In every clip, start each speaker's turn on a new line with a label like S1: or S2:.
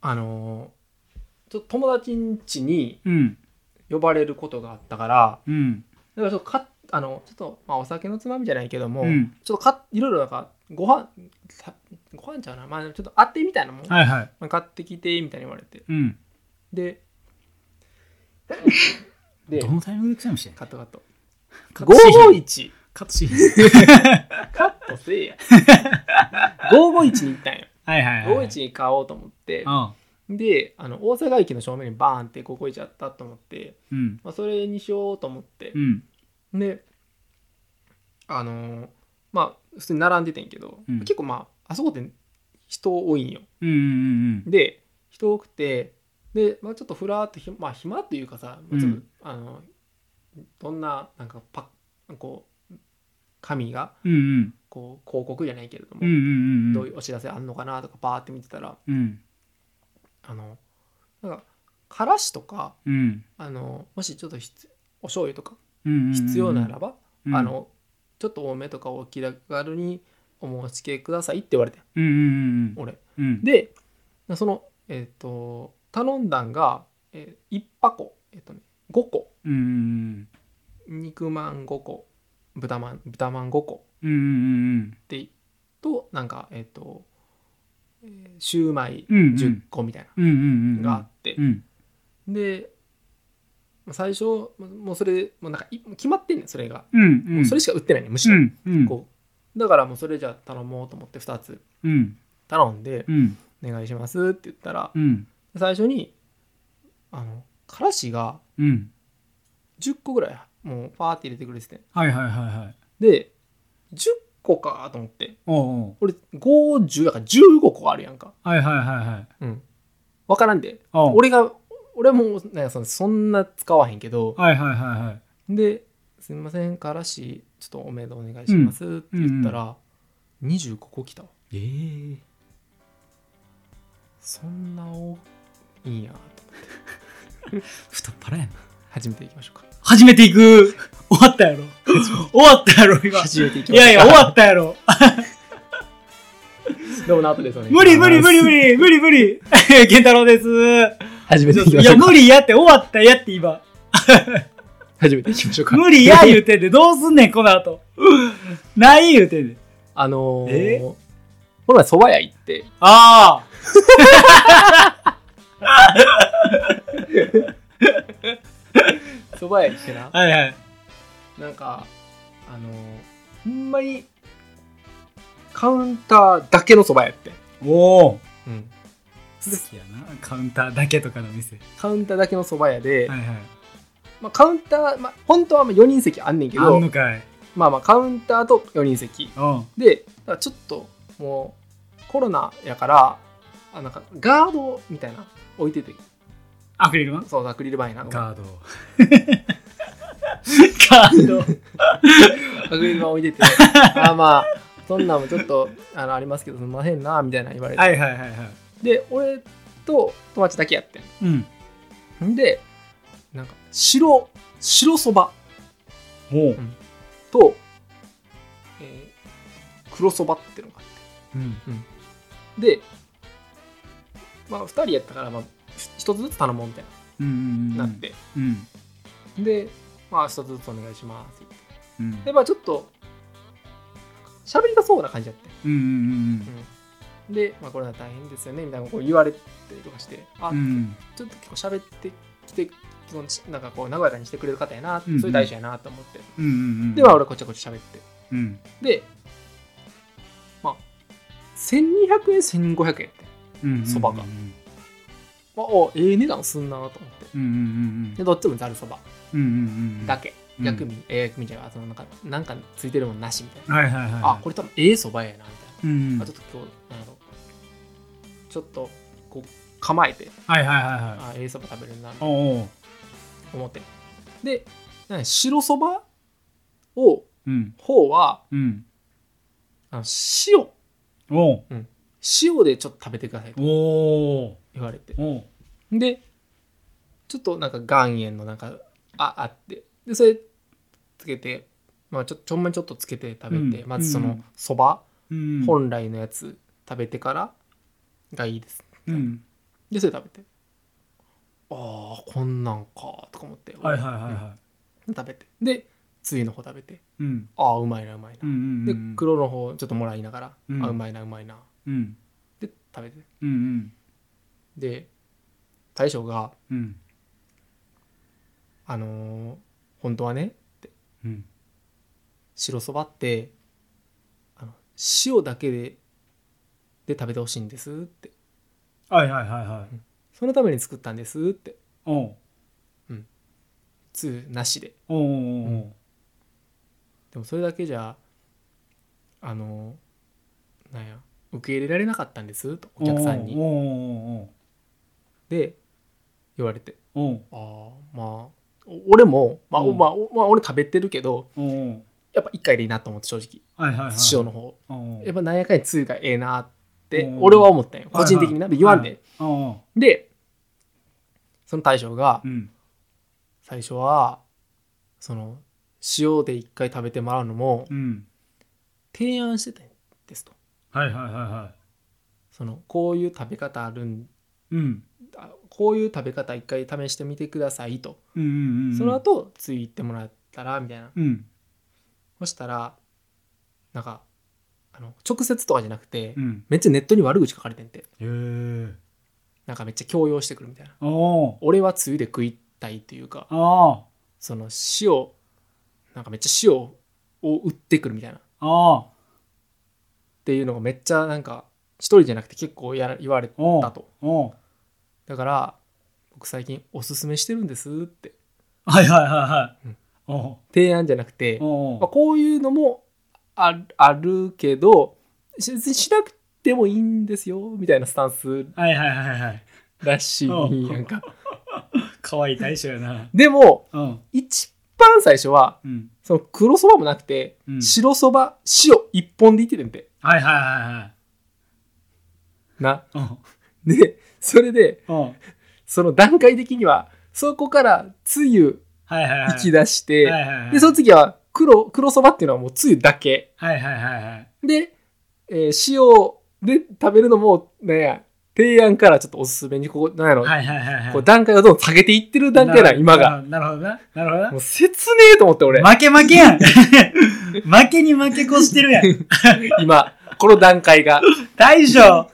S1: あのちょ友達ん家に
S2: うん
S1: 呼ばれることがあったから
S2: うん
S1: だからちょっとかあのちょっと、まあ、お酒のつまみじゃないけども、
S2: うん
S1: ちょっとかいろいろなんかご飯さご飯ちゃうな、まあ、ちょっとあってみたいなもん、
S2: はいはい
S1: まあ買ってきてみたいに言われて
S2: うん
S1: でで
S2: どのタイミングでくしゃみしてんの
S1: カットカット
S2: カットしへん
S1: 551
S2: カットしへん
S1: カットせえ や551に行ったんよ
S2: はいはいはい
S1: 551に買おうと思って
S2: あ
S1: であの大阪駅の正面にバーンって551あったと思って、
S2: うん
S1: まあ、それにしようと思って
S2: うん
S1: であのーまあ普通に並んでてんけど、
S2: うん
S1: 結構まああそこって人多いんよ
S2: うんうん
S1: で人多くてで、まあ、ちょっとふらーっとひまあ暇というかさ、まあちょっと
S2: うん
S1: あのどんななんかパッこう紙が
S2: うんうんうん
S1: こう広告じゃないけれども、
S2: うんうんうん
S1: どういうお知らせあんのかなとかバーって見てたら
S2: うん
S1: あのなんかからしとか
S2: うん
S1: あのもしちょっとひつお醤油とか
S2: うん
S1: 必要ならば、
S2: うん
S1: あのちょっと多めとかお気軽にお申し付けくださいって言われて
S2: うんうん
S1: 俺
S2: うんうん
S1: でそのえっ、と頼んだんが、えー、1箱えっ、とね5個
S2: うんうん
S1: 肉まん5個豚まん豚まん5個
S2: うんうん
S1: でとなんかえっ、と、えーシューマイ
S2: うんうん
S1: 10個みたい
S2: うんうんう
S1: なんのがあって
S2: う、ん
S1: で最初もうそれもうなんかい決まってんねんそれが、
S2: うんう
S1: もうんそれしか売ってないねんむし
S2: う
S1: ろ、
S2: んうん
S1: こうだからもうそれじゃあ頼もうと思って2つ
S2: うん
S1: 頼んで
S2: うん
S1: 「お願いします」って言ったら
S2: うん
S1: 最初にあのからしが
S2: うん
S1: 10個ぐらいもうパーって入れてくれてて
S2: はいはいはいはい
S1: で10個かと思って
S2: おうおう
S1: 俺50やから15個あるやんか
S2: はいはいはいはい
S1: うん分からんで
S2: おう
S1: 俺が俺もなんかそのそんな使わへんけど
S2: はいはいはいはい
S1: で「すいませんからしちょっとおめでお願いします」って言ったら、25個来たわ
S2: ええ
S1: そんな多いんやと
S2: 太っ腹やな
S1: 始めていきましょうか
S2: 始めていく終わったやろ終わったやろ今
S1: 始めていき
S2: い
S1: ましょう
S2: やいや終わった やろ
S1: でもな後ですよね
S2: 無理無理無理無理無理無理 健太郎です
S1: 始めていきま
S2: い
S1: しょ
S2: や
S1: うか
S2: 無理やって終わったやって今
S1: 始めていきまし ょうか
S2: 無理や言うてんでどうすんねんこの後 ない言うてんで
S1: あのー
S2: え
S1: この前そば屋行って
S2: あ
S1: そば屋行ってな
S2: あはいはい
S1: なんかあのーほんまにカウンターだけのそば屋やって、
S2: おお
S1: うん、
S2: 好きやなカウンターだけとかの店
S1: カウンターだけのそば屋で、
S2: はいはい
S1: まあ、カウンター、まあ、本当はまあ4人席あんねんけ
S2: あ
S1: ど
S2: んのかい
S1: まあまあカウンターと4人席
S2: うん
S1: でだからちょっともうコロナやからあなんかガードみたいな置いてて
S2: アクリル板
S1: そうアクリル板やなア
S2: ガード ガード
S1: クリル板置いててあーまあそんなんもちょっとあのありますけどすんませんなみたいな言われて、
S2: はいはいはいはい
S1: で俺と友達だけやってん
S2: うん
S1: んでなんか白白そば
S2: おう
S1: と、えー黒そばっていうのがあっ
S2: うん
S1: てでまあ2人やったから、まあ、1つずつ頼もうみたい
S2: うんうん
S1: になって、
S2: うん
S1: でまあ1つずつお願いしますって言って
S2: うんうん
S1: でまあちょっと喋りたそうな感じだったよ
S2: うんうん
S1: うん、で、まあ、これは大変ですよねみたいなことを言われたりとかしてあ、
S2: うんうん
S1: ちょっと結構喋ってきてそのなんかこう和やかにしてくれる方やなって、
S2: うんうん
S1: そういう大事やなと思って
S2: うんうん
S1: でまあ俺こっちはこっち喋って
S2: うん
S1: でまあ1200円1500円って、
S2: うん
S1: そばが
S2: うん
S1: まあ、おええ値段すんなと思って
S2: うんうん
S1: でどっちもざるそば
S2: うんうんうんうん
S1: だけ、
S2: うん
S1: 薬味ええ薬味じゃないそのなんかなんかついてるもんなしみたいな、
S2: はいはいはい
S1: あこれ多分ええそばやなみたいな、
S2: うん
S1: あちょっと今日なんやろちょっとこう構えて
S2: はいはいはいはい
S1: あええそば食べるなと
S2: おうおう
S1: 思ってでなんか白そばを
S2: うん
S1: 方は
S2: うん
S1: あの塩
S2: おう
S1: 塩でちょっと食べてくださいと
S2: おう
S1: 言われて
S2: おう
S1: でちょっとなんか岩塩のなんかああってでそれつけて、まあ、ちょちょんまにちょっとつけて食べて、
S2: うん
S1: まずそうの
S2: ん
S1: そば、
S2: うん
S1: 本来のやつ食べてからがいいです
S2: うん
S1: でそれ食べてああこんなんかとか思って、
S2: はいはいはいは
S1: 食べてでつゆの方食べて
S2: い。うん。
S1: ああうまいなうまい
S2: うんう
S1: な、
S2: んうん。
S1: で黒の方ちょっともらいながら、
S2: うん
S1: あうまいなうまいな
S2: うん。
S1: で食べて
S2: うんうん。
S1: で大将が
S2: うん。
S1: 「あのー本当はね
S2: うん。
S1: 白そばってあの塩だけでで食べてほしいんです」って
S2: はいはいはいはい。
S1: 「そのために作ったんです」って
S2: おう
S1: 「つゆなしで
S2: おうおうおう
S1: でもそれだけじゃあのーなんや受け入れられなかったんです」とお客さん
S2: おう
S1: に
S2: おうおう
S1: で言われて
S2: おう
S1: 「ああまあお俺も、まあお
S2: うん
S1: まあおまあ、俺食べてるけど
S2: おうおう
S1: やっぱ一回でいいなと思って正直
S2: はいはいはい。
S1: 塩の方
S2: おうおう。
S1: やっぱなんやかんやつゆがええなって
S2: うん
S1: 俺は思ったんよ個人的にな
S2: は
S1: ん
S2: い
S1: で
S2: はい
S1: 言わんで、
S2: はいおうおう
S1: でその大将が
S2: うん。
S1: 最初はその塩で一回食べてもらうのも
S2: うん。
S1: 提案してたんですと
S2: はいはいはいは
S1: そのこういう食べ方あるん
S2: い。うん。
S1: あこういう食べ方一回試してみてくださいと、
S2: うんうんうん。
S1: その。後ついてもらったらみたいな
S2: うん。
S1: そしたらなんかあの直接とかじゃなくて、
S2: うん。
S1: めっちゃネットに悪口書かれてんて
S2: へえ。
S1: なんかめっちゃ強要してくるみたいな
S2: おお。
S1: 俺はつゆで食いたいというか
S2: あ
S1: その塩なんかめっちゃ塩を売ってくるみたいなっ
S2: あ。ああ。
S1: ていうのがめっちゃなんか一人じゃなくて結構やら言われた
S2: おう
S1: と
S2: おう
S1: だから僕最近おすすめしてるんですって
S2: はいはいはいはい。
S1: うん
S2: おう
S1: 提案じゃなくて、
S2: おう
S1: まあ、こういうのもあるあるけどし別にしなくてもいいんですよみたいなスタンス
S2: はいはいはいはい。
S1: らしい
S2: うん
S1: なんか
S2: 可愛い大将やな。
S1: でも
S2: うん。
S1: 一番最初は
S2: うん。
S1: その黒そばもなくて、
S2: うん
S1: 白そば塩一本でいっててんて
S2: はいはいはいはい。
S1: な
S2: うん。
S1: でそれで
S2: うん。
S1: その段階的には、そこからつゆ
S2: はいはいはい。
S1: 行き出して、
S2: はいはいはい。
S1: で、その次は黒、黒そばっていうのはもうつゆだけ。
S2: はいはいはいはい。
S1: で、えー塩で食べるのも、なんや、提案からちょっとおすすめに、ここ、なんやろ、
S2: はいはいはいはい。
S1: こう段階をどんどん下げていってる段階だ、今が。。
S2: なるほどな。なるほどな
S1: もう切ねえと思って、俺、
S2: 負け負けやん 負けに負け越してるやん。
S1: 今、この段階が。
S2: 大将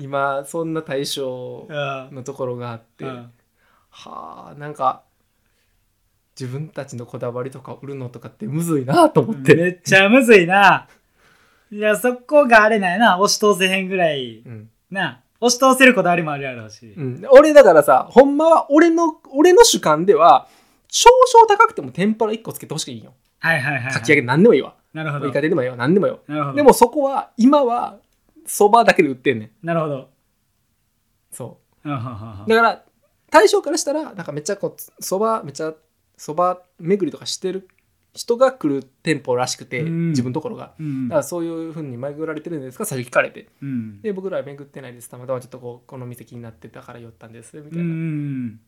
S1: 今、そんな対象
S2: うん。
S1: のところがあって、
S2: うん
S1: はあ、なんか、自分たちのこだわりとか売るのとかってむずいなと思って。
S2: めっちゃむずいな。いや、そこがあれなんやな。押し通せへんぐらい。
S1: うん
S2: な、押し通せるこだわりもあるやろうし。
S1: うん、俺だからさほんまは俺の俺の主観では少々高くても天ぷら1個つけてほしいんよ
S2: はいはいはいはい。
S1: かき揚げ何でもいいわ
S2: なるほ
S1: 追
S2: ど。
S1: 加ででもいいわ何でもいいわ
S2: なるほど。
S1: で、もそこは今はそばだけで売ってんねん
S2: なるほど。
S1: そ
S2: うんはんはんは
S1: うだから大将からしたらなんかめっちゃこうそばめっちゃそば巡りとかしてる人が来る店舗らしくて
S2: うん
S1: 自分のところが
S2: んうん
S1: だからそういうふうに巡られてるんですか最初聞かれて
S2: うん。
S1: で僕らは巡ってないですたまたまちょっとこうこの店気になってたから寄ったんですみた
S2: う。
S1: いなん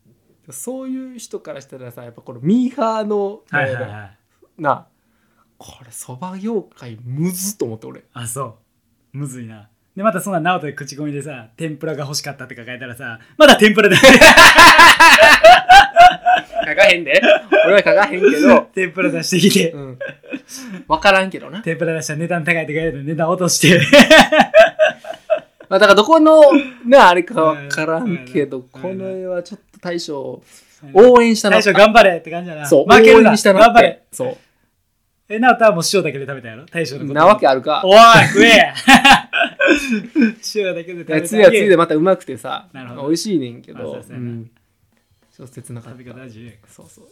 S1: そういう人からしたらさやっぱこのミーハーの、
S2: はいはいはい。
S1: なこれそば業界むずっと思って俺
S2: あそうむずいなでまたそんな直人で口コミでさ天ぷらが欲しかったって書かれたらさまだ天ぷらだ
S1: 書かへんで俺は書かへんけど、
S2: 天ぷら出してきて、
S1: うん、分からんけどな、
S2: 天ぷら出したら値段高いって書いてある値段落として
S1: まあ、だからどこのなあれか分からんけど、
S2: うん
S1: この絵はちょっと大将を
S2: お
S1: 応援したな
S2: 大将頑張れって感じだな
S1: そう
S2: 負ける
S1: 応
S2: な
S1: 援した
S2: 頑
S1: なっ
S2: 張れ
S1: てそ
S2: え直人はもう塩だけで食べたやろ大将の
S1: う
S2: こと
S1: なわけあるか
S2: おい食え 塩だけで食べた
S1: つゆはつゆでまたうまくてさ
S2: なるほど
S1: 美味しいねんけ
S2: あそ
S1: ど
S2: うそうやな
S1: うんちょっと切なかっ
S2: 食べ
S1: た
S2: 方は自由やか
S1: そうそう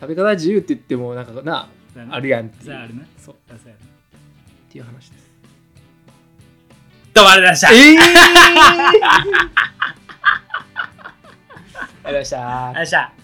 S1: 食べ方自由って言ってもなんかな
S2: ら
S1: あるやんってい
S2: さ
S1: う
S2: ああるな
S1: そう
S2: あそうやな
S1: っていう話です。
S2: どうもありがとうご ざ
S1: え
S2: いました
S1: えありがとうございました
S2: ありがとうございました